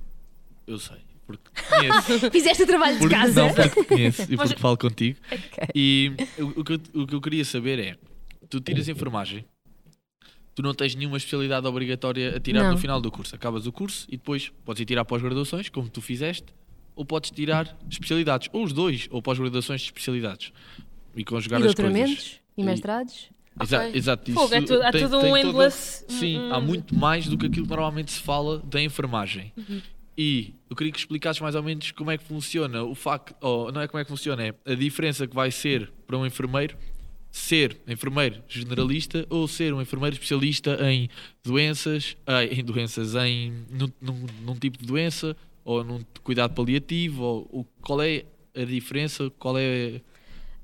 Eu sei, porque conheço.
Fizeste o trabalho de
Porque-
casa.
Não, porque conheço e
Mas-
porque falo contigo. E o, o que eu, o que eu queria saber é: tu tiras enfermagem, tu não tens nenhuma especialidade obrigatória a tirar
Não.
no final do curso. Acabas o curso e depois podes ir tirar pós-graduações, como tu fizeste, ou podes tirar especialidades, ou os dois, ou pós-graduações de especialidades. E conjugar
E
as coisas.
doutoramentos e mestrados.
Ah, Exa-
Ok.
Exato,
Fogo, é tu- há todo um
toda-
endless-
Sim,
um-
há muito mais do que aquilo que normalmente se fala da enfermagem.
Uhum.
E eu queria que explicasses mais ou menos como é que funciona o facto, ou não é como é que funciona, é a diferença que vai ser para um enfermeiro ser enfermeiro generalista ou ser um enfermeiro especialista em doenças, ai, em doenças, em num, num- num tipo de doença ou num cuidado paliativo, ou, ou qual é a diferença, qual é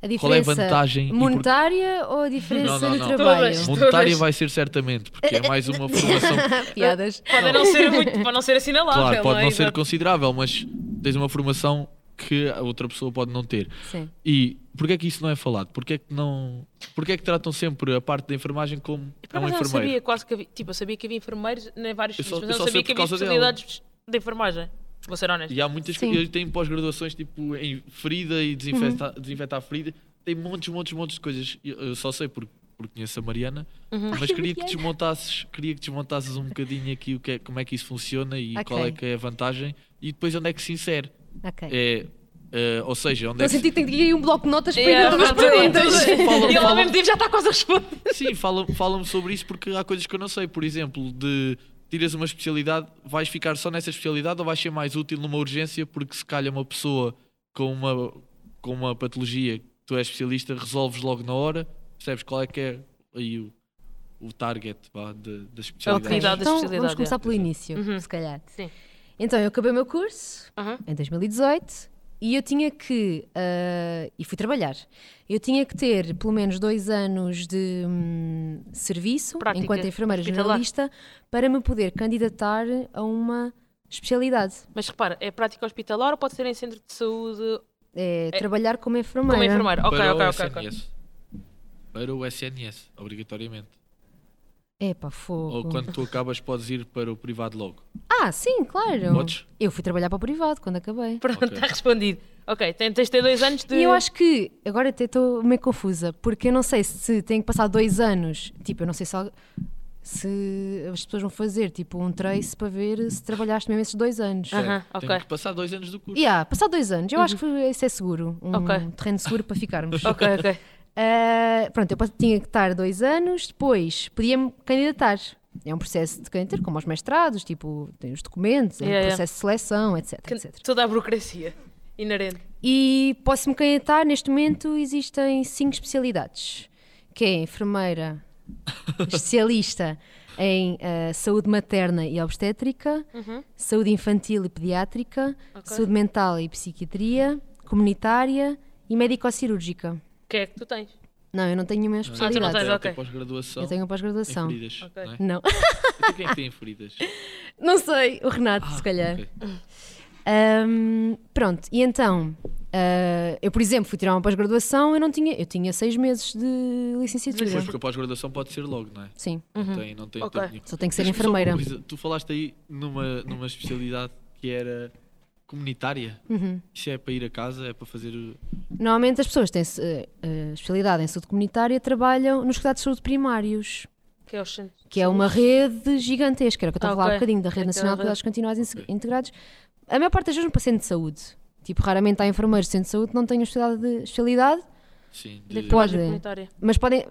A diferença
Qual é a vantagem e por-
monetária ou a diferença
Não, não,
no
não.
trabalho?
Todas.
monetária vai ser certamente, porque é mais uma formação
Piadas.
Pode não ser, muito, pode não ser assinalável.
Claro, pode
é?
não ser
Exato.
considerável, mas tens uma formação que a outra pessoa pode não ter.
Sim.
E porquê é que isso não é falado? Porquê é que não. Porquê é que tratam sempre a parte da enfermagem
É
como é
Por
não
acaso eu não
um enfermeiro?
sabia quase que havia, tipo, eu sabia que havia enfermeiros em vários
Eu só-
serviços,
eu
mas eu
só
não
sei
sabia
por
que havia
causa
especialidades de enfermagem. Vou ser honesto.
E há muitas
Sim.
coisas. Tem pós-graduações tipo em ferida e desinfeta,
Uhum.
desinfetar ferida. Tem montes, montes, montes de coisas. Eu, eu só sei porque, porque conheço a Mariana,
Uhum.
mas queria que, desmontasses, queria que desmontasses um bocadinho aqui o que é, como é que isso funciona e
Ok.
qual é que é a vantagem e depois onde é que se insere.
Ok.
É, eh, ou seja, onde
Estou
é que
a
se
sentir que tenho que ir aí um bloco de notas para
É,
ir todas as
pronto,
perguntas.
então-
Fala-
E ele ao
fala-
mesmo tempo já está quase a responder.
Sim, fala- fala-me sobre isso porque há coisas que eu não sei. Por exemplo, de tiras uma especialidade, vais ficar só nessa especialidade ou vais ser mais útil numa urgência porque se calhar uma pessoa com uma, com uma patologia que tu és especialista resolves logo na hora, percebes qual é que é aí o, o target vá, de- das especialidades.
Oportunidade.
Então
especialidade,
vamos começar
é.
pelo início, se calhar.
Sim.
Então eu acabei o meu curso em 2018 e eu tinha que. ah, e fui trabalhar. Eu tinha que ter pelo menos dois anos de hum, serviço
Prática
enquanto enfermeira
hospitalar.
jornalista para me poder candidatar a uma especialidade.
Mas repara, é prática hospitalar ou pode ser em centro de saúde
É, trabalhar como enfermeira.
como enfermeiro? Ok,
para
ok,
o
ok. ok.
SNS. Para o SNS, obrigatoriamente.
Epá, fogo.
Ou quando tu acabas podes ir para o privado logo.
Ah, sim, claro.
Podes?
Eu fui trabalhar para o privado quando acabei.
Pronto,
Ok.
está respondido. Ok, tem- tens de ter dois anos de.
E eu acho que agora até estou meio confusa, porque eu não sei se tenho que passar dois anos, tipo, eu não sei se, al- se as pessoas vão fazer tipo um trace para ver se trabalhaste mesmo esses dois anos. E
Aham,
Tem
ok.
que passar dois anos do curso.
Yeah, passar dois anos, eu acho que isso é seguro, um
Ok.
terreno seguro para ficarmos.
Ok, ok.
Ah, pronto, eu pa- tinha que estar dois anos, depois podia-me candidatar. É um processo de candidatura, como aos mestrados, tipo, tem os documentos, é um
Yeah, yeah.
processo de seleção, etc.
Que-
etc.
Toda a burocracia inerente.
E posso-me candidatar, neste momento existem cinco especialidades, que é enfermeira, especialista em ah, saúde materna e obstétrica, saúde infantil e pediátrica, saúde mental e psiquiatria, comunitária e médico-cirúrgica.
O que é que tu tens?
Não, eu não tenho nenhuma
Ah, tu não
especialidade.
tens,
Ok.
ok. pós-graduação.
eu tenho
Em
pós-graduação.
feridas.
Ok.
Não é?
Não.
Então quem é que tem em feridas?
não sei, o Renato,
Ah,
se calhar. Ahm, pronto, e então, ah, eu, por exemplo, fui tirar uma pós-graduação, eu não tinha, eu tinha seis meses de licenciatura.
Pois, porque a pós-graduação pode ser logo, não é?
Sim,
Não tem, não tem
Ok.
tempo nenhum.
só tem que ser
Mas só uma
enfermeira.
coisa, tu falaste aí numa, numa especialidade que era comunitária. Isso é para ir a casa, é para fazer. o-
Normalmente as pessoas que têm eh, eh, especialidade em saúde comunitária trabalham nos cuidados de saúde primários,
Que é os centros de
que é
saúde?
uma rede gigantesca, era o que eu estava
Ah,
a falar há
ok.
bocadinho, da Rede
Aquela
Nacional de
rede.
Cuidados Continuados Inse- Integrados. A maior parte das vezes é um paciente de saúde. Tipo, raramente há enfermeiros de centro de saúde que não têm uma especialidade, de- especialidade
Sim, de-
de enfermagem
Pode.
comunitária.
Mas podem.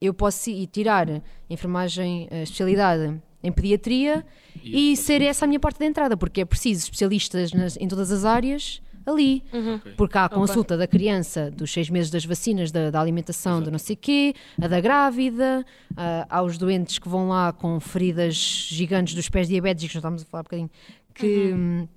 Eu posso ir tirar enfermagem, eh, especialidade em pediatria e,
E-
ser essa a minha parte de entrada, porque é preciso especialistas nas- em todas as áreas ali. Porque há a consulta da criança dos seis meses das vacinas, da, da alimentação, do não sei quê, a da grávida, ah, há os doentes que vão lá com feridas gigantes dos pés diabéticos, nós estávamos a falar um bocadinho, que. hum,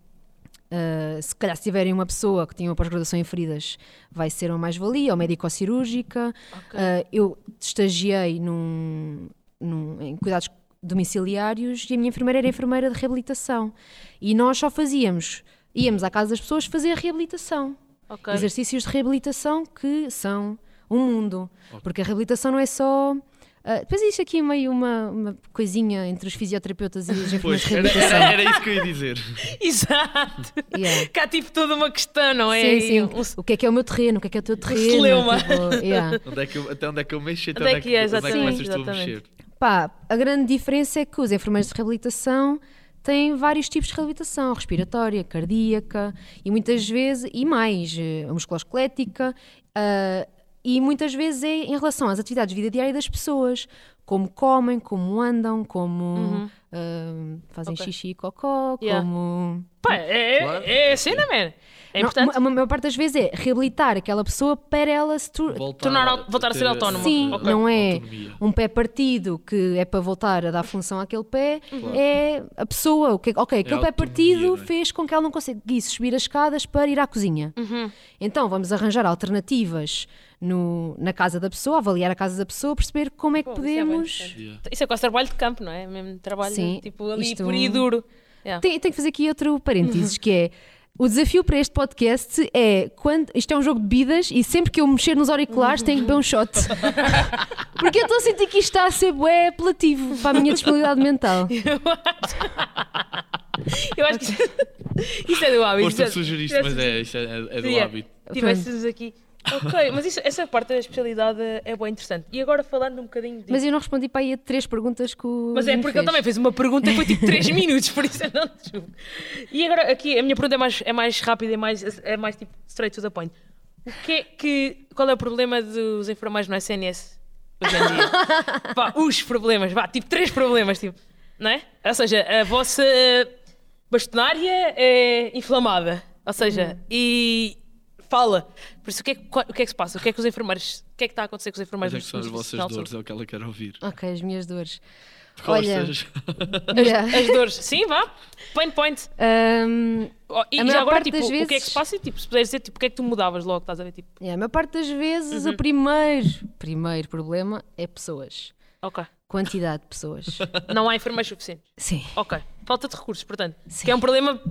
Uh, se calhar se tiverem uma pessoa que tinha uma pós-graduação em feridas, vai ser uma mais-valia, ou médico-cirúrgica. Uh, eu estagiei num, num- em cuidados domiciliários e a minha enfermeira era enfermeira de reabilitação. E nós só fazíamos, íamos à casa das pessoas fazer a reabilitação.
Ok.
Exercícios de reabilitação que são um mundo. Porque a reabilitação não é só Ah, depois existe aqui meio uma, uma coisinha entre os fisioterapeutas e as
Pois,
enfermeiras de
era,
reabilitação.
era- era isso que eu ia dizer.
Exato.
Yeah.
Cá tive toda uma questão, não é?
Sim, sim.
Um- um-
O que é que é o meu terreno? O que é que é o teu terreno?
celeuma.
Tipo, yeah.
Onde é que eu- até onde é que eu mexo? Até
Onde é
onde é
que
que,
é,
onde é que
exatamente.
começas tu a
Exatamente.
mexer?
Pá, a grande diferença é que os enfermeiros de reabilitação têm vários tipos de reabilitação, respiratória, cardíaca e muitas vezes, e mais, eh, a musculoesquelética, ah, e muitas vezes é em relação às atividades de vida diária das pessoas, como comem, como andam, como ah, fazem
Ok.
xixi e cocó,
Yeah.
como...
Pá, é,
Claro.
é, é a cena, man. É
Não,
importante
a ma- a maior parte das vezes é reabilitar aquela pessoa para ela se tor-
Voltar,
tornar au- voltar a ser
ter-
autónoma.
Sim,
Ok.
não é
Autonomia.
um pé partido que é para voltar a dar função àquele pé, é a pessoa, o que, ok, aquele pé
É autonomia,
partido
não é?
fez com que ela não conseguisse subir as escadas para ir à cozinha.
Uhum.
Então vamos arranjar alternativas no- na casa da pessoa, avaliar a casa da pessoa, perceber como é que
Pô, isso é bem
podemos.
interessante. Isso é quase trabalho de campo, não é? Mesmo trabalho
Sim,
tipo ali
isto-
puro e duro. Yeah.
Tem- tenho que fazer aqui outro parênteses, que é. O desafio para este podcast é quando isto é um jogo de bebidas e sempre que eu mexer nos auriculares tenho que beber um shot. Porque eu estou a sentir que isto está a ser bué apelativo para a minha disponibilidade mental.
Eu acho que isso, isso é do hábito.
Pois tu
isso é-
sugeriste,
isso
mas é, isso é, é- é do
Yeah.
hábito.
Tivéssemos aqui. Ok, mas isso- essa parte da especialidade é bem interessante. E agora falando um bocadinho disso.
Mas eu não respondi para aí a três perguntas que o.
Mas é
Nuno
porque
fez.
ele também fez uma pergunta e foi tipo 3 minutos, por isso eu não te julgo. E agora aqui a minha pergunta é mais, é mais rápida e mais, é mais tipo straight to the point. O que é que, qual é o problema dos enfermeiros no SNS hoje em dia? vá, os problemas, vá, tipo três problemas, tipo, não é? Ou seja, a vossa bastonária é inflamada, ou seja, e fala. Por isso, o que, é, que- o que é que se passa? O que é que os enfermeiros, o que é que está a acontecer com os enfermeiros
Mas é que são as
no- no
vossas
Hospital de
dores, é
Saúde?
o que ela quer ouvir.
Ok, as minhas dores. Olha.
Costas.
Yeah.
As dores, sim, vá, pain point.
Ahm,
Oh, e
A
e
maior
agora,
parte
tipo,
das
o que é que
vezes-
se passa? E, tipo, se puderes dizer, tipo, o que é que tu mudavas logo? Estás a ver, tipo,
yeah, a maior parte das vezes
Uhum.
o primeiro, primeiro problema é pessoas.
ok,
Quantidade de pessoas.
não há enfermeiros suficientes.
Sim.
Ok, falta de recursos, portanto.
Sim.
Que é um problema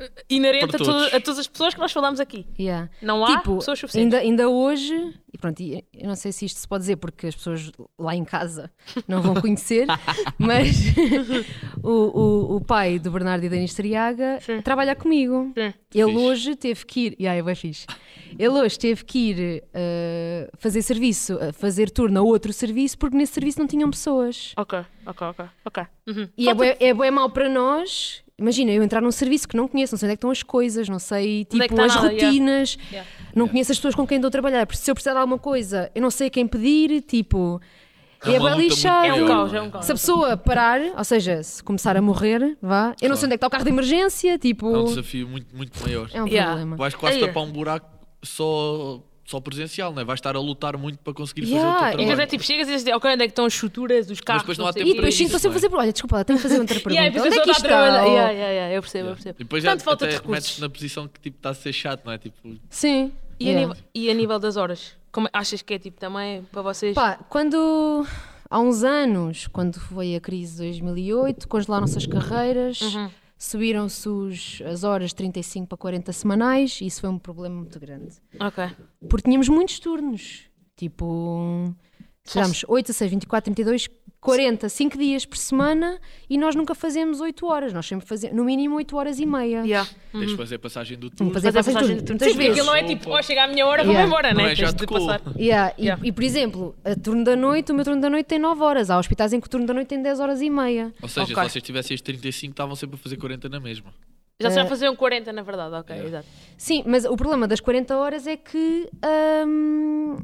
eh, inerente a,
Para
toda-
todos.
a todas as pessoas que nós falámos aqui.
Yeah.
Não há
tipo,
pessoas suficientes.
ainda, ainda hoje, e pronto, e eu não sei se isto se pode dizer porque as pessoas lá em casa não vão conhecer, mas o, o- o pai do Bernardo e da Anistriaga
Sim.
trabalha comigo.
Sim.
Ele
Fixe.
hoje teve que ir. Yeah, é bué fixe. Ele hoje teve que ir eh, fazer serviço, eh, fazer turno a outro serviço, porque nesse serviço não tinham pessoas.
Ok, ok, ok, ok. Uhum.
E é bué, é bué mau para nós. Imagina, eu entrar num serviço que não conheço, não sei onde é que estão as coisas, não sei,
Onde
tipo,
é que está
as
nada, yeah.
rotinas,
Yeah.
não conheço as pessoas com quem estou a trabalhar, porque se eu precisar de alguma coisa, eu não sei a quem pedir, tipo,
uma
é, bué
luta muito
lixado.
maior,
É um
Eu-
caos, é um caos.
Se a pessoa parar, ou seja, se começar a morrer, vá, eu não sei onde é que está o carro de emergência, tipo,
É um desafio muito, muito maior.
é um
Yeah.
problema.
Vais quase
Aí.
tapar um buraco só, só presencial, não é? Vais estar a lutar muito para conseguir
Yeah,
fazer o
e
teu
E depois
trabalho.
é tipo, chegas e dizes, ok, onde é que estão as suturas dos carros?
depois não há
E
sei
tempo
quê.
para
depois sinto
isso,
sempre
não é?
fazer, olha, desculpa, lá, tenho que fazer outra pergunta.
Yeah, e depois
onde é
eu
que
estou a
isto
dar trabalho.
está?
Yeah, yeah, yeah, eu percebo, eu
Yeah. E
percebo.
depois
Portanto,
já
falta de
até metes
recursos. Uhum.
na posição que tipo, está a ser chato, não é? Tipo,
Sim.
E,
yeah.
a nível, e a nível das horas? Como, achas que é, tipo, também para vocês?
Pá, quando há uns anos, quando foi a crise de 2008, congelaram-se as carreiras,
Uhum.
subiram-se os- as horas de 35 para 40 semanais, e isso foi um problema muito grande.
Ok. é
Porque tínhamos muitos turnos, tipo, tivemos 8, 6, 24, 32, 40, 5 dias por semana, e nós nunca fazemos 8 horas, nós sempre fazemos no mínimo 8 horas e meia.
Yeah.
tens de fazer a passagem do turno.
fazer-
Mas é
passagem
passagem
de turno.
de turno.
Muitas
Sim, porque
vezes.
aquilo não é tipo, ó, chega à minha hora,
Yeah.
vou embora,
Não
né?
é? Já
Tens de
tocou.
passar.
Yeah, e,
Yeah.
e, por exemplo, a turno da noite, o meu turno da noite tem 9 horas. Há hospitais em que o turno da noite tem 10 horas e meia.
Ou seja,
Ok.
se vocês tivessem as 35, estavam sempre a fazer 40 na mesma.
Já se
É.
vai fazer um 40, na verdade, ok, exato.
Sim, mas o problema das 40 horas é que hum,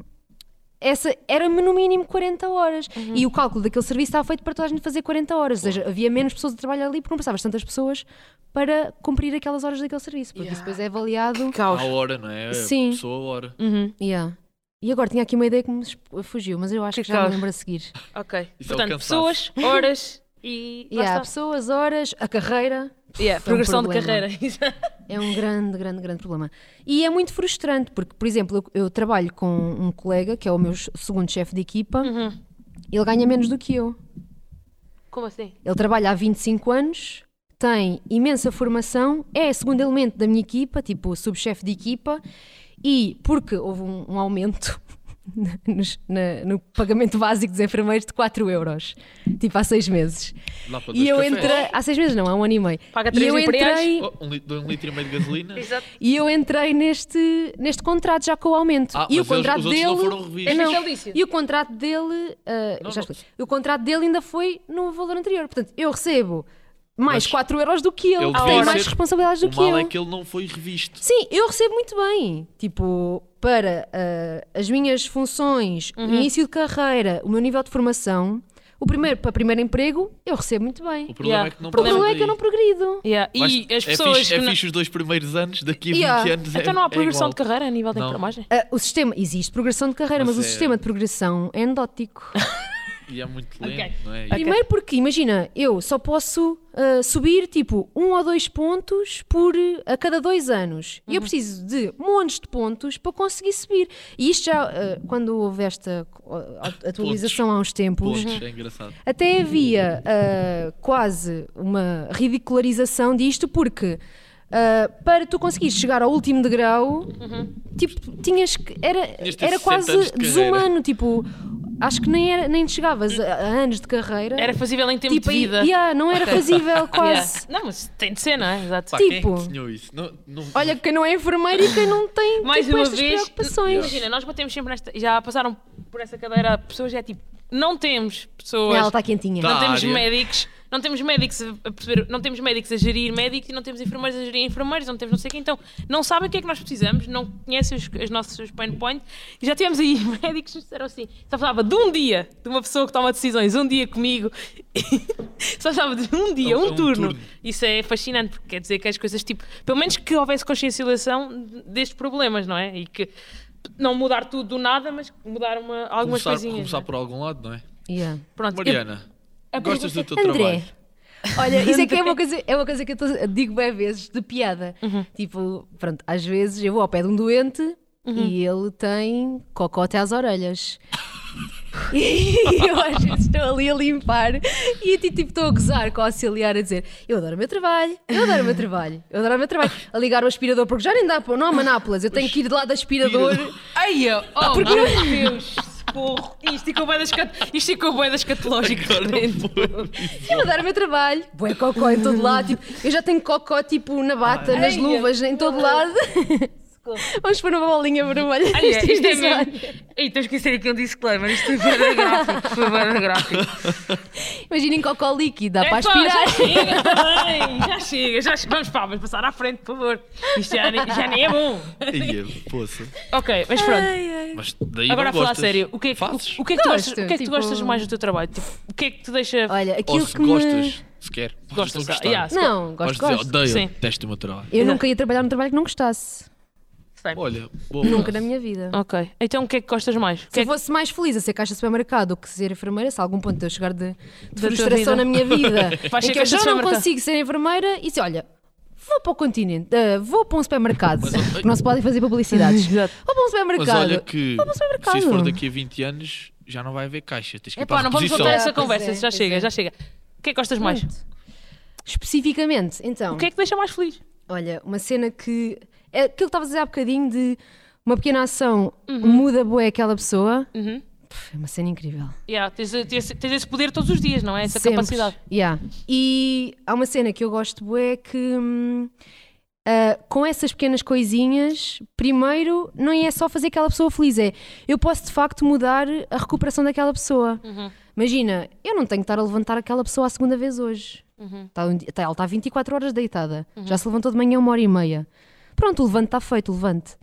essa era no mínimo 40 horas.
Uhum.
E o cálculo daquele serviço estava feito para toda a gente fazer 40 horas. Ou seja, havia menos pessoas a trabalhar ali porque não passavas tantas pessoas para cumprir aquelas horas daquele serviço. Porque isso depois é avaliado.
À hora, não é?
Sim.
A pessoa, a hora.
Uhum.
Yeah. E agora tinha aqui uma ideia que me esp- fugiu, mas eu acho que,
Que
já
caos.
me lembro a seguir.
Ok.
Isso é o
Portanto,
cansaço.
pessoas, horas e. lá
Yeah,
está.
pessoas, horas, a carreira.
É
Yeah,
Foi um
progressão de
problema.
carreira. exato.
É um grande, grande, grande problema. E é muito frustrante, porque, por exemplo, eu, eu trabalho com um colega que é o meu segundo chefe de equipa,
Uhum.
ele ganha menos do que eu.
Como assim?
Ele trabalha há 25 anos, tem imensa formação, é segundo elemento da minha equipa, tipo subchefe de equipa, e porque houve um, um aumento nos- na- no pagamento básico dos enfermeiros de 4 euros, tipo há 6 meses.
Lá para dois
E eu
cafés.
entrei. Há 6 meses não, há um ano e meio.
Paga
e
três
eu
imperiais.
entrei,
Oh, um, li- dou um litro e meio de gasolina.
Exato.
e eu entrei neste, neste contrato já com o aumento.
Ah,
e o
mas eles-
contrato
os outros
dele.
não foram revistos.
É, não.
Mas ele disse.
E o contrato dele. ah,
Não,
já
não.
explico. O contrato dele ainda foi no valor anterior. Portanto, eu recebo mais
Mas
4 euros do que ele.
ele
Tenho
devia
mais
ser-
responsabilidades do
o
que
mal
eu.
é que ele não foi revisto.
Sim, eu recebo muito bem. Tipo, para ah, as minhas funções,
Uhum.
início de carreira, o meu nível de formação, o primeiro, para primeiro emprego, eu recebo muito bem.
O problema
Yeah.
é que não
O
O
passa
problema
problema é que
daí.
eu não progrido.
Yeah.
Mas
E as
é
pessoas.
Fixe,
que
é
não-
fixe os dois primeiros anos, daqui a
Yeah.
20 anos. é-
Então não há
é
progressão
igual.
de carreira a nível da
Não.
enfermagem?
Ah, o sistema, existe progressão de carreira, mas,
Mas
o
é-
sistema de progressão é endótico.
E é muito lento,
Ok.
não é?
Primeiro porque, imagina, eu só posso ah, subir tipo um ou dois pontos por ah, a cada dois anos. E eu preciso de montes de pontos para conseguir subir. E isto já, ah, quando houve esta ah, atualização há uns
uhum.
tempos,
Pontos, é engraçado.
até havia ah, quase uma ridicularização disto, porque ah, para tu conseguires chegar ao último degrau, tipo, tinhas que. Era,
Tinhas de ter
era
60
quase
anos de
desumano, tipo. Acho que nem, era, nem chegavas a, a anos de carreira.
Era fazível em tempo
tipo,
de vida.
e- yeah, não era fazível, quase.
Yeah. Não, mas tem de ser, não é? Exato.
Pá, quem é que
Tipo-
desenhou isso? Não, não,
Olha, quem não é enfermeiro e quem não tem
mais
tipo,
uma
estas
vez,
preocupações.
imagina, nós batemos sempre nesta. Já passaram por essa cadeira pessoas, já é tipo, não temos pessoas,
Ela está quentinha.
Tá.
não temos
área.
médicos, não temos médicos a perceber, não temos médicos a gerir médicos e não temos enfermeiros a gerir enfermeiros, não temos não sei quem. Então, não sabem o que é que nós precisamos, não conhecem os, os nossos pain points e já tivemos aí médicos que disseram assim, só falava de um dia de uma pessoa que toma decisões, um dia comigo, só falava de um dia,
É um-
um,
é um
turno.
turno.
Isso é fascinante, porque quer dizer que as coisas, tipo, pelo menos que houvesse consciencialização destes problemas, não é? E que não mudar tudo do nada, mas mudar uma- algumas
começar,
coisinhas.
começar
não é?
por algum lado, não é?
Yeah.
Pronto, eu-
Mariana,
a
gostas do
pergunta-
teu
André.
trabalho?
Olha, isso é que é uma coisa, é uma coisa que eu tô- digo bem vezes de piada. Tipo, pronto, às vezes eu vou ao pé de um doente e ele tem cocó até às orelhas. e eu às vezes estou ali a limpar e ti- tipo estou a gozar com o auxiliar a dizer eu adoro o meu trabalho, eu adoro o meu trabalho, eu adoro o meu trabalho. A ligar o aspirador porque já nem dá, para- não há manápolas, eu tenho que ir de lado do aspirador.
Ai, eu- oh meu Deus, socorro. Isto ficou bué da escat- Isto ficou bué da escatológica. dentro.
Eu adoro o meu trabalho. Bué cocó em todo lado. Tipo, eu já tenho cocó tipo na bata, nas
Ai,
luvas, em todo lado. Vamos pôr uma bolinha vermelha.
Ai, é, isto é
bizarro.
mesmo. Ei, tens que ser aqui um disclaimer. Isto foi bué da gráfico. Foi bué da gráfico.
Imaginem cocó líquido, dá
É
para
pá, Já
aspirar.
chega também. Já chega. Já che- Vamos pá, vamos passar à frente, por favor. Isto já, nem- já nem é bom.
Ia, é, poça.
Ok, mas pronto.
Mas daí
Agora a
não
falar a
gostas.
sério, o que é que,
Fazes?
o, o que, é que tu,
Gosto,
gostas, o que é que tu
tipo-
gostas mais do teu trabalho? Tipo, o que é que te deixa.
Olha,
Ou
aquilo
se
que me-
gostas, sequer. Podes
Gostas,
não
tá,
gostar.
yeah, se-
Não,
Podes
gosto, gosto.
dizer,
Sim.
odeio, detesto o meu trabalho.
Eu nunca ia trabalhar num trabalho que não gostasse.
Olha, boa frase.
Nunca na minha vida.
Ok, então o que é que gostas mais? O que
Se
é
eu
que-
fosse mais feliz a ser caixa de supermercado do que ser enfermeira, se a algum ponto eu chegar de, de
tua vida.
frustração na minha vida,
Vais ser
em
caixa
que eu
de
já não
supermercado.
consigo ser enfermeira e se olha, vou para o continente, ah, vou para um supermercado, porque não se podem fazer publicidades.
Exato.
Vou para um
Mas
supermercado. um
olha que
Vamos ao
se
mercado.
isso for daqui a 20 anos, já não vai haver caixa. Tens que ir
Epá,
para
não
Tipo, a
vamos
reposição.
voltar a essa
Ah, pois
conversa,
é,
já
pois
chega,
é.
já chega. O que é que gostas mais?
Pronto. Especificamente, então,
O que é que te deixa mais feliz?
olha, uma cena que é aquilo que estavas a dizer há bocadinho de uma pequena ação
Uhum.
muda bué aquela pessoa. Pff, É uma cena incrível.
Yeah, tens, tens- tens esse poder todos os dias, não é? Essa
Sempre.
capacidade.
Yeah. E há uma cena que eu gosto bué que hum, ah, com essas pequenas coisinhas, primeiro não é só fazer aquela pessoa feliz, é eu posso de facto mudar a recuperação daquela pessoa.
Uhum.
Imagina, eu não tenho que estar a levantar aquela pessoa a segunda vez hoje.
Uhum.
Tá um di- tá- ela está 24 horas deitada. Já se levantou de manhã uma hora e meia. Pronto, o levante está feito, o levante.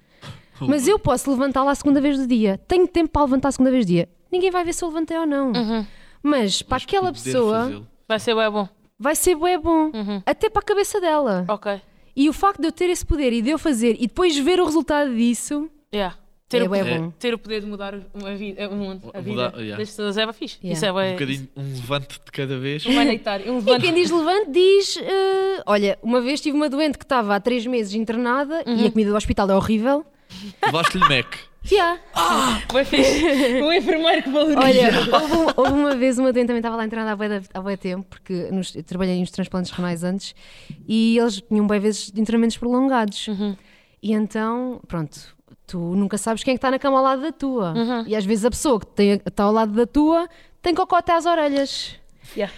Mas eu posso levantá-la a segunda vez do dia. Tenho tempo para levantar a segunda vez do dia. Ninguém vai ver se eu levantei ou não.
Uhum.
Mas para aquela
Poder
pessoa
fazê-lo.
Vai ser bem bom.
vai ser bué bom.
Uhum.
Até para a cabeça dela.
Ok.
E o facto de eu ter esse poder e de eu fazer e depois ver o resultado disso
Yeah. Ter,
é
o
bué
poder,
bom.
ter o poder de mudar uma vida, o mundo, a vida
Mudar, yeah.
das pessoas é bué fixe.
Yeah.
Isso é
Um
bem.
bocadinho, um levante de cada vez.
Vai deitar. Um Eu
E
levanto.
quem diz levante diz: eh, Olha, uma vez tive uma doente que estava há três meses internada
Uhum.
e a comida do hospital é horrível.
Levaste-lhe Mac.
Yeah.
Bué fixe. Um enfermeiro que valoriza.
Olha, houve, um- houve uma vez uma doente também estava lá internada há bué da- há bué tempo, porque nos- eu trabalhei nos transplantes renais antes
Uhum.
e eles tinham bem vezes internamentos prolongados. E então, pronto, tu nunca sabes quem é que está na cama ao lado da tua.
Uhum.
E às vezes a pessoa que tem- está ao lado da tua tem cocote às orelhas.
Yeah.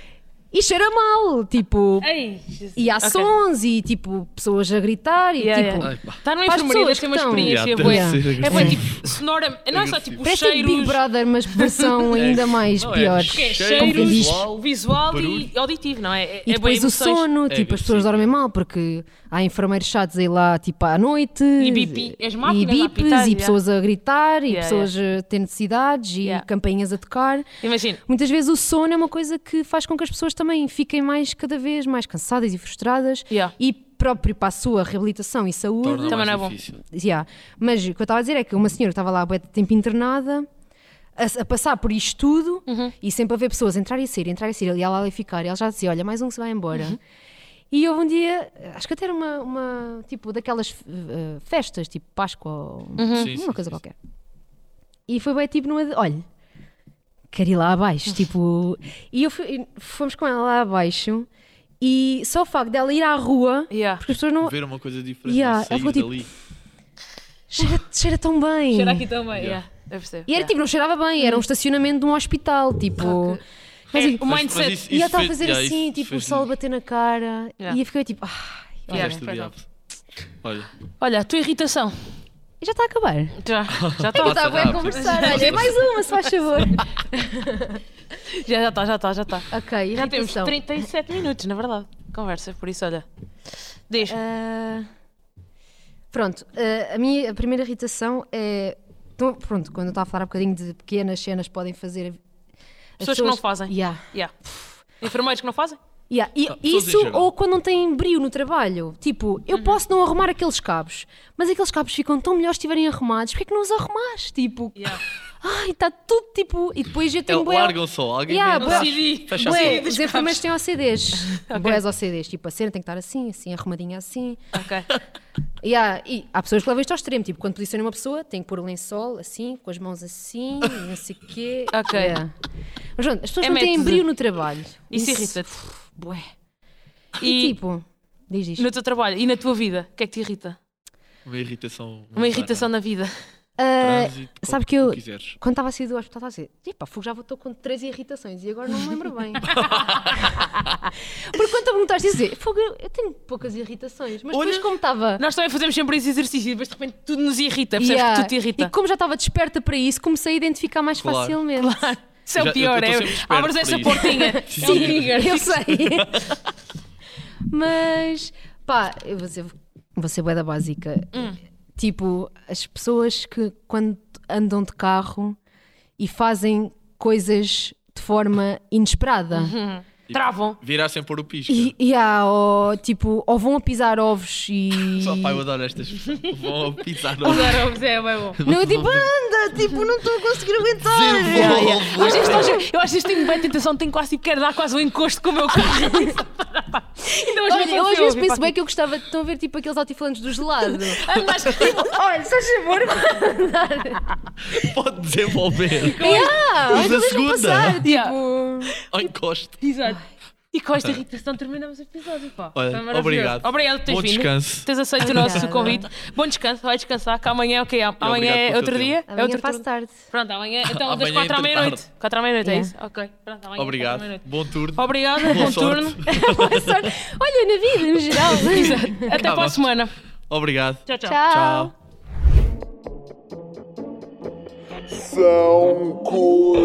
E cheira mal, tipo.
Ei, Jesus.
E há
Ok.
sons e tipo pessoas a gritar e
Yeah,
tipo.
yeah.
Ai, pá.
Estar numa
Para as
Tá enfermaria deve
pessoas
ser
que
uma
estão.
experiência
Yeah,
boa.
deve ser assim.
É bem
agressivo.
tipo, sonora, não é só tipo os
Parece tipo Big
cheiros,
Brother, mas versão ainda mais
Não, é-
pior.
Porque
que é
Cheiro,
cheiros,
visual,
visual, e
barulho.
auditivo, não é? É, é
E
bué
depois o
emoções.
sono,
É
tipo, as pessoas
agressivo.
dormem mal porque há enfermeiros chatos aí lá, tipo, à noite.
E bipi- as máquinas
e
a
bips,
apitar,
e
yeah.
pessoas a gritar, e
Yeah,
pessoas a ter necessidades, e
Yeah.
campainhas a tocar.
Imagina,
Muitas vezes o sono é uma coisa que faz com que as pessoas também fiquem mais, cada vez mais cansadas e frustradas.
Yeah.
E próprio para a sua reabilitação e saúde.
Torna
Também
mais
não é bom.
difícil.
Yeah. Mas o que eu estava a dizer é que uma senhora que estava lá há bué de tempo internada, a, a passar por isto tudo e sempre a ver pessoas entrar e sair, entrar e sair, ali ela ali ficar, e ela já dizia: Olha, mais um que se vai embora. E houve um dia, acho que até era uma, uma tipo daquelas eh, festas, tipo Páscoa ou
Sim,
uma
sim,
coisa
sim,
qualquer. E foi bem tipo numa. de- Olha, quero ir lá abaixo. tipo. E eu fui- e fomos com ela lá abaixo e só o facto dela ir à rua,
Yeah.
porque as pessoas não.
Ver uma coisa diferente,
Yeah,
sair
ela ficou tipo,
dali.
Cheira, cheira tão bem.
cheira aqui também. Yeah. Eu percebo. É,
E era
yeah.
tipo, não cheirava bem, era um estacionamento de um hospital, tipo. Mas,
É, o
Mas-
mindset.
mas isso-
e ela estava a
fez-
fazer
yeah,
assim,
isso
tipo, o
fez-
sol a bater na cara,
Yeah.
e eu fiquei tipo, ah, olha,
Yeah.
fizeste o
Pois não.
diabo. Olha,
Olha, a tua irritação.
já está a acabar.
Já, já tá.
Eu
Passa
está.
estava a
rápido.
conversar, olha, mais uma, se faz favor.
Já tá, já está, já está, já está.
ok, então.
Já temos
irritação.
37 minutos, na verdade. Conversa, por isso, olha. Diz.
Ah, pronto, ah, a minha a primeira irritação é. então, pronto, quando eu estava a falar um bocadinho de pequenas cenas podem fazer. as
Pessoas que não fazem.
Yeah.
Yeah. Enfermeiros que não fazem?
Yeah, e-
Ah,
e
pessoas
isso
em geral. Uhum.
ou quando não tem brilho no trabalho. Tipo, eu posso não arrumar aqueles cabos, mas aqueles cabos ficam tão melhores se estiverem arrumados. Porquê é que não os arrumas? Tipo,
Yeah.
ai, está tudo tipo. E depois eu
é, assim.
tenho bué-
largam só. Alguém
Yeah,
vem
bué-
atrás.
CD.
Fecha a
Bué,
porta.
dos
os enfermeiros têm OCDs. Boés OCDs. Tipo, a cena tem que estar assim, assim, arrumadinha assim.
Ok.
Yeah, e há pessoas que levam isto ao extremo. Tipo, quando posicionam uma pessoa, tem que pôr o lençol assim, com as mãos assim, e não sei o quê.
Ok.
Yeah. Mas pronto, as pessoas
É
não têm
método.
brilho no trabalho.
Isso irrita-te.
Bué. E,
E
tipo, diz isto.
no teu trabalho e na tua vida, o que é que te irrita?
Uma irritação.
Uma irritação na vida.
Ah,
Trânsito,
sabe
o
que eu,
quiseres.
quando estava a sair do hospital, estava a dizer: Epá, fogo, já vou- estou com três irritações e agora não me lembro bem. Porque quando tu me estás a dizer, fogo, eu eu tenho poucas irritações, mas depois,
Olha,
como estava.
Nós também fazemos sempre esse exercício e depois de repente tudo nos irrita, percebes
Yeah.
que tudo te irrita.
E como já estava desperta para isso, comecei a identificar mais
Claro.
facilmente.
Isso é
Eu já-
o
eu
pior,
tô
é.
sempre esperto
Abres
para
essa
isso.
portinha.
Sim.
É um trigger.
Eu sei. Mas, pá, eu vou ser, vou ser bué da básica.
Hum.
Tipo, as pessoas que quando andam de carro e fazem coisas de forma inesperada.
Travam.
Virar sem pôr o pisca.
E, e há, ou, tipo, ou vão a pisar ovos e. tipo,
Só pai, eu adoro estas. Vão pisar no.
Agora, é bem bom.
Não, eu tipo, anda, tipo, não estou a conseguir aguentar.
Yeah, yeah.
Eu acho isto- Eu acho isto tenho bem tentação, tenho quase tipo, quero dar quase um encosto com o meu carro. Então, hoje
Olha,
me
eu às
aconteceu,
vezes
vi
penso
para
bem que eu gostava de estão a ver tipo aqueles altifalantes do gelado.
aqui. Andas tipo,
Olha, só favor,
Pode desenvolver.
yeah,
Usa a segunda.
tipo.
Yeah.
Ao encosto.
Exato. E com esta irritação terminamos o episódio, pá. Foi
Olha,
maravilhoso.
obrigado.
Obrigado por teres
Bom
vindo.
descanso.
Teres aceito o nosso
Obrigada.
convite. Bom descanso, vai descansar, que amanhã, ok, am- amanhã
obrigado
é
pelo
outro
teu
dia. é
Amanhã
outro
faço
turno.
tarde.
Pronto, amanhã, então das
Amanhã
4 à
entre
meia-noite.
tarde.
4 à meia-noite, é
Yeah.
isso? Ok, pronto, amanhã.
Obrigado.
quatro à meia-noite.
Bom turno.
Obrigada,
Boa
bom
sorte.
turno.
Olha, na vida, no geral.
Até para a
Acaba.
semana.
Obrigado.
Tchau, tchau.
Tchau.
Tchau.
São Cusão.